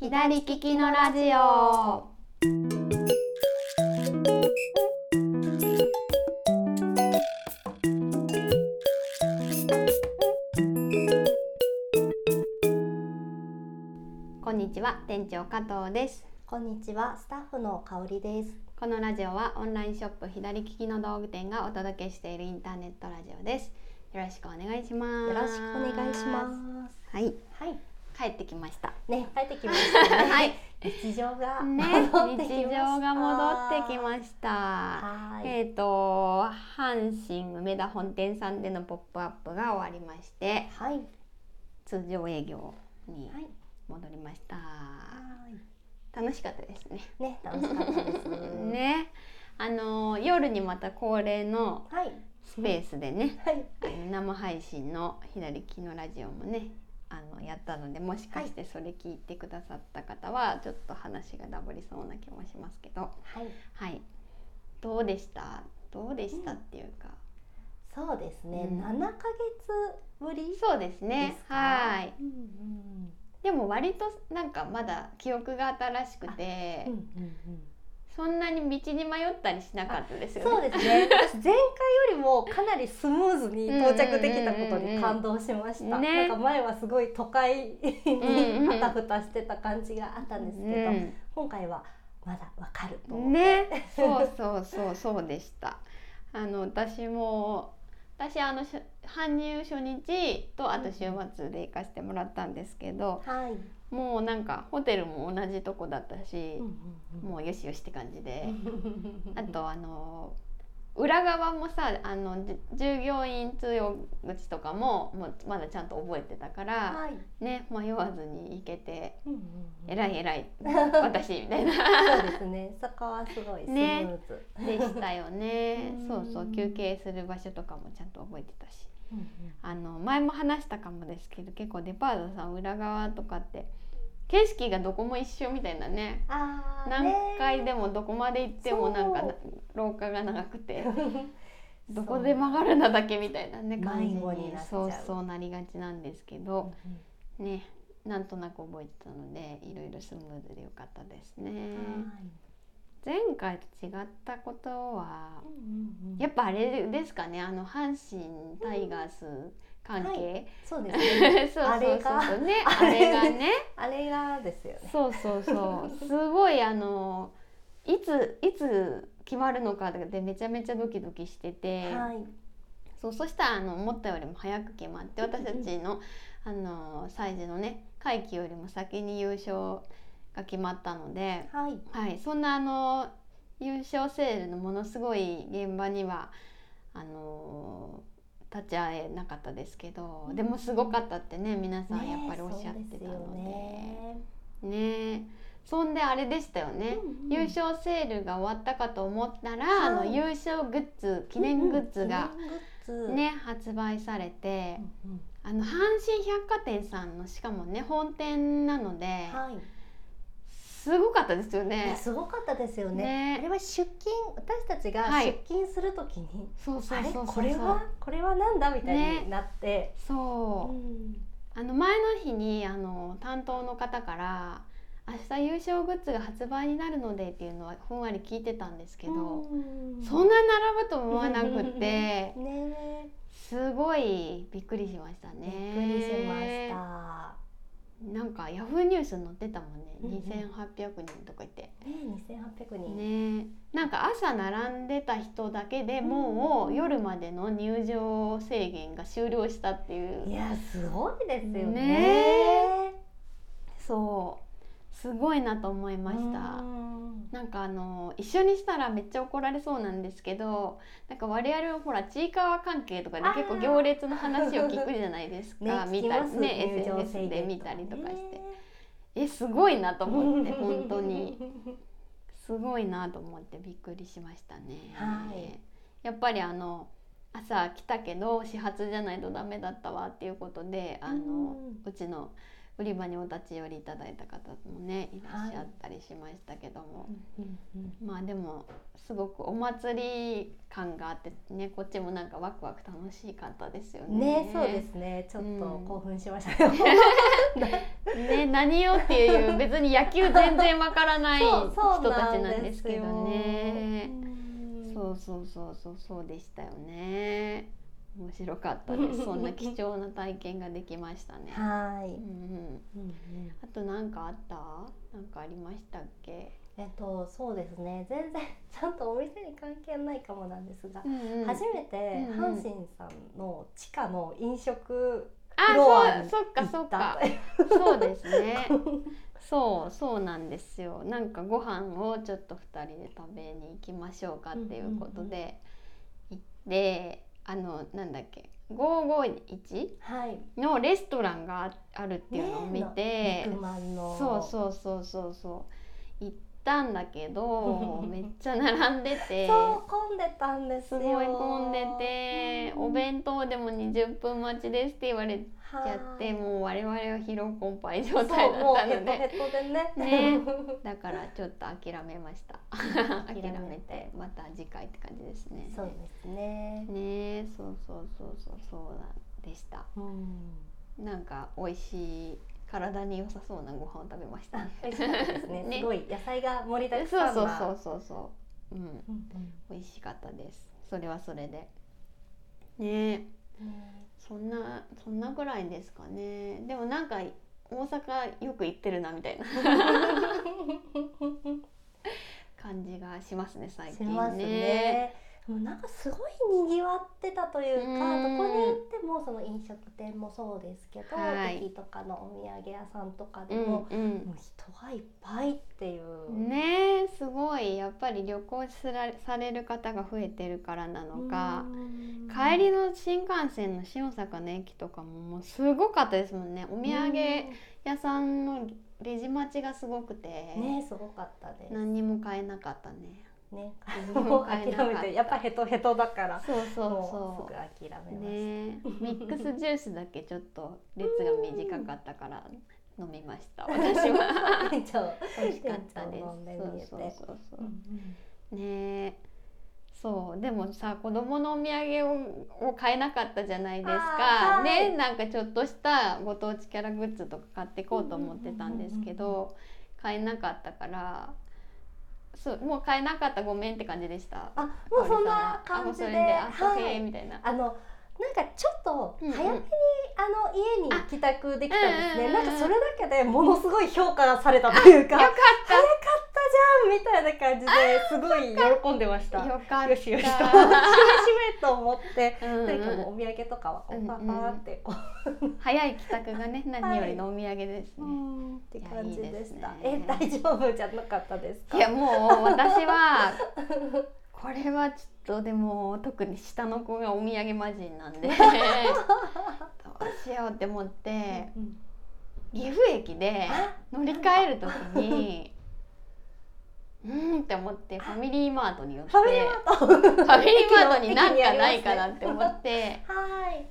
左利きのラジオ。こんにちは、店長加藤です。こんにちは、スタッフの香りです。このラジオはオンラインショップ左利きの道具店がお届けしているインターネットラジオです。よろしくお願いします。よろしくお願いします。す。はい、はい、帰ってきました。ね、帰ってきました ね。はい。日常がね、戻ってきました。日常が戻ってきました。はい。えっ、と阪神梅田本店さんでのポップアップが終わりましてはい。はい。通常営業に戻りました。楽しかったですね。ね、楽しかったです。。ね、あの夜にまた恒例のはい。スペースでね、はい。あの生配信の左利きのラジオもね。あのやったのでもしかしてそれ聞いてくださった方はちょっと話がダブりそうな気もしますけどはい。はいどうでしたどうでしたっていうか、そうですね。うん七、ヶ月ぶり。そうですねですかはいうんうん。でも割となんかまだ記憶が新しくて、うんうんそんなに道に迷ったりしなかったですうん。よそうね。で すね。私前回よりもかなりスムーズに到着できたことに感動しました。ねなんか前はすごい都会うんうんにあたふたしてた感じがあったんですけど、今回はまだわかるとう思ん、う。ねそうそうそうそうでした。あの私も私あのし搬入初日とあと週末で行かせてもらったんですけど、はい。もうなんかホテルも同じとこだったし、ももうよしよしって感じで。うんあとあの裏側もさあのじ従業員通用口とかももうまだちゃんと覚えてたから、はい。ね迷わずに行けてうんうんうん偉い偉 い私みたいなそうですね。そこはすごいスムねーズ。でしたよねうんそうそう休憩する場所とかもちゃんと覚えてたしうんあの前も話したかもですけど結構デパートさん裏側とかって景色がどこも一緒みたいなねうんああ。何ね回でもどこまで行ってもなんかそなう廊下が長くて。どこで曲がるんだだけみたいなねそう感じ迷子になっちゃそううそうなりがちなんですけどねなんとなく覚えてたのでいろいろスムーズでよかったですね。前回と違ったことはやっぱぱあれですかねあの阪神タイガース関係、そうです ね。そうそうそうそうねああれれががねあれがですよね。そうそうそうすごいあのいついつ決まるのかでめちゃめちゃドキドキしてて。はい。そうそしたらあの思ったよりも早く決まって私たちのあのサイズのね会期よりも先に優勝が決まったので、はい。はい、そんなあの優勝セールのものすごい現場にはあの立ち会えなかったですけど、うんでもすごかったってね皆さんねやっぱりおっしゃってたそうのすよで。ねねそんであれでしたよね、うんうん優勝セールが終わったかと思ったら、あのはい優勝グッズ記念グッズが、うんうん記念グッズ。ね発売されてう、んうん。あの阪神百貨店さんのしかもね本店なので、はい。すごかったですよいやね。すごかったですよねねあれは出勤私たちがはい出勤するときに、そうそうそあれうそうこれはこれはなんだみたいねになって、うそう、んあの前の日にあの担当の方から明日優勝グッズが発売になるのでっていうのはふんわり聞いてたんですけど、うんそんな並ぶと思わなく ってねすごいびっくりしましたえね。びっくりしました、なんかヤフーニュース載ってたもんね、うんうん2800人とか言って。ねえ2800人、ねえなんか朝並んでた人だけでもう夜までの入場制限が終了したっていいうやすごいですよねねそうすごいなと思いましたうんなんかあの一緒にしたらめっちゃ怒られそうなんですけどなんか我々ほらちいかわ関係とかであー結構行列の話を聞くじゃないです ねか聞きたますりね入場 SNS 制限で見たりとかしてねえすごいなと思って本当にねすごいなと思ってびっくりしましたね。はいやっぱりあの朝来たけど始発じゃないとダメだったわっていうことであの、ううんちの売り場にお立ち寄りいただいた方もねいらっしゃったりしましたけども、まあでもすごくお祭り感があってねこっちもなんかワクワク楽しかったですよね。ね、そうですね。ちょっと興奮しまし たよ。ね何をっていう別に野球全然わから ない人たちなんですけどね。そうそうそうそうそうでしたよね。面白かったです 。そんな貴重な体験ができましたね。はういんう。ん、うんあと何かあった？何かありましたっけ？えっとそうですね。全然ちゃんとお店に関係ないかもなんですが、うんうん初めてうんうん阪神さんの地下の飲食フロアあにそうそっ行かそっったか。そうです ね。そうそうなんですよ。なんかご飯をちょっと二人で食べに行きましょうかっていうことで行って、あのなんだっけ551 はい。のレストランがああるっていうのを見て、肉まんの。そうそうそうそうそう行ったんだけ どめっちゃ並んでて。そう混んでたんですすよ。ごい混んでて、うんお弁当でも20分待ちですって言われちはゃいってもう我々は疲労困憊状態そだうっもうたヘのトヘでトでね。 ねだからちょっと諦めました諦めてめてまた次回って感じですねそうですね。ねそうそうそうそうそうなんでしたうん。なんか美味しい体に良さそうなご飯を食べましたね美味しかったですね。 ねすごい野菜が盛りだくそうさんな。そうそうそうそううんうん美味しかったですそれはそれでねえうん。そんなそんなぐらいですかねでもなんか大阪よく行ってるなみ たいな感じがしますね最し近ねますね。でもなんかすごい賑わってたというか、うんどこに行ってもその飲食店もそうですけど、はい駅とかのお土産屋さんとかうでも、んうんもう人がいっぱいっていう。ねえすごいやっぱり旅行すらされる方が増えてるからなのか、うん帰りの新幹線の新大阪の駅とかももうすごかったですもんねお土産屋さんのレジ待ちがすごくて、うんねすごかったです。何にも買えなかったねね、うんもう諦めてやっぱヘトヘトだからそうそうもそううすぐ諦めました。ねえミックスジュースだけちょっと列が短かったから飲みました私はち ょっ美味しかったで店長飲んでみえてすそうそうそうそとうねえそうでもさ子供のお土産をを買えなかったじゃないですあーはかいねなんかちょっとしたご当地キャラグッズとか買ってこうと思ってたんですけうんうんど買えなかったからそうもう買えなかったごめんって感じでしたあ、もうそんな感じで、あもうそれであはへえい。みたいなあのなんかちょっとうんうん早めに、あの家に帰宅できたんですね、あうんうんうんなんかそれだけでものすごい評価されたというか、よかっ早かったじゃんみたいな感じですごい喜んでました。たよよかったしよしとしめし めと思って、うんうんなんかもうお土産とか はこうんううんパパってこ早い帰宅がね何よりのお土産ですう、ね、うんって感じでした。いやいいえで大丈夫じゃなかったですか？い、やもう私はこれはちょっとでも特に下の子がお土産魔人なんでどうしようって思ってうんうん岐阜駅で乗り換える時にうーんって思ってファミリーマートに寄ってファミリーマーフト。ァミリーマートになん駅あかりますなねいかなって思ってはい。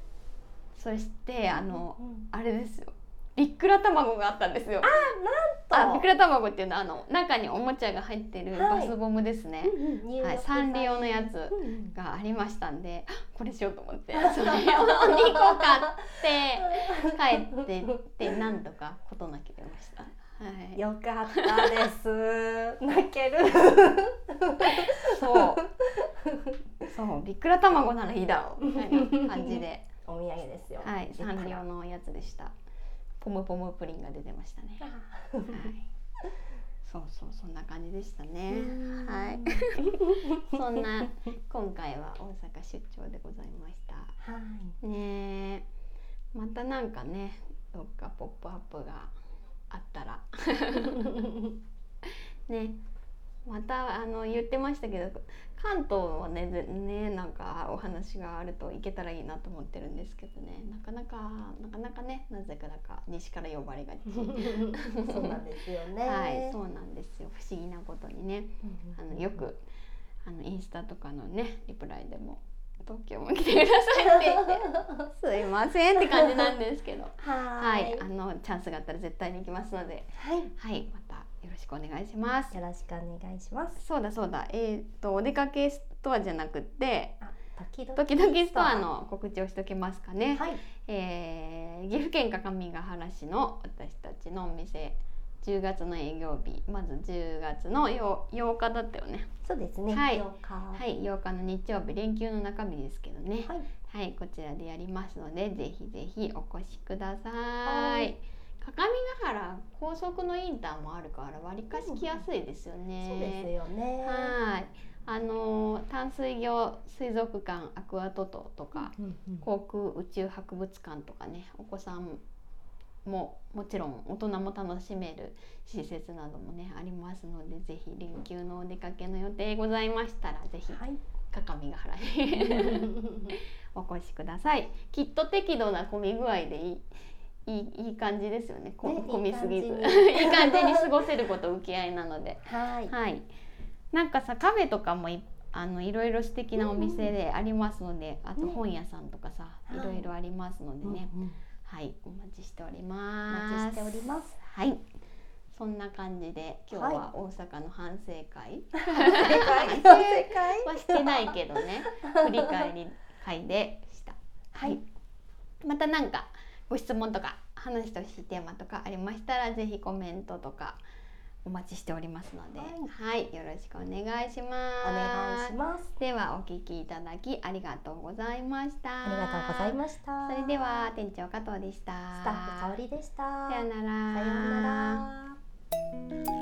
そしてあのうんあれですよビックラ卵があったんですよああビクラ卵っていうのはあの中におもちゃが入ってるはバいスボムですね、うんうんはいサンリオのやつうんうんがありましたんでこれしようと思ってそれを2個 買って帰ってってなんとか事なき出ました。はい、よかったです。泣ける。そうそうビックラ卵ならいいだろうみたいな感じで、お土産ですよ。はい、サンリオの。のやつでしたポムポムプリンが出てましたね、はい、そうそうそんな感じでしたねはいそんな今回は大阪出張でございました。 はい。ねえまたなんかねどっかポップアップがあったらねまたあの言ってましたけど関東はねぜねなんかお話があるといけたらいいなと思ってるんですけどねなかなかなかなかねなぜかだか西から呼ばれがち。そうなんですよね。はい、そうなんですよ不思議なことにね。あのよくあのインスタとかのねリプライでも東京も来てくださいって言ってすいませんって感じなんですけど ははいーいあのチャンスがあったら絶対に行きますのではいはいまたよろしくお願いしますよろしくお願いしますそうだそうだえっ、とお出かけストアじゃなくてあ時々時々ストアの告知をしときますかね、はいえー岐阜県各務原市の私たちのお店10月の営業日まず10月の 8, 8日だったよねそうですねはい了解はい8日の日曜日連休の中日ですけどねはいはいこちらでやりますのでぜひぜひお越しくださはいい各務原高速のインターもあるからわりかし来やすいですよねそうですよねはいあのー淡水魚水族館アクアトトとかうんうん航空宇宙博物館とかねお子さんももちろん大人も楽しめる施設などもねありますのでぜひ連休のお出かけの予定ございましたらぜひ はい各務原にお越しくださいきっと適度な混み具合でいいいいいい感じですよねこね混みすぎずいい いい感じに感じに過ごせること受け合いなのではいはい、なんかさカフェとかもいあのいろいろ素敵なお店でありますので、あとね本屋さんとかさ、はいいろいろありますのでね、うんうんはい、お待ちしておりおます。待ちしておりますはい、そんな感じで今日はは大阪の反省会正解反省正解はしてないけどね、振り返り会でした。はいまたなんかご質問とか話してほしいテーマとかありましたらぜひコメントとかお待ちしておりますので、はい、よろしくお願いしおます。願いしますではお聞きいただきありがとうございました。ありがとうございしましたそれでは店長加藤でした。スタッフ香りでしたさようなら。さようなら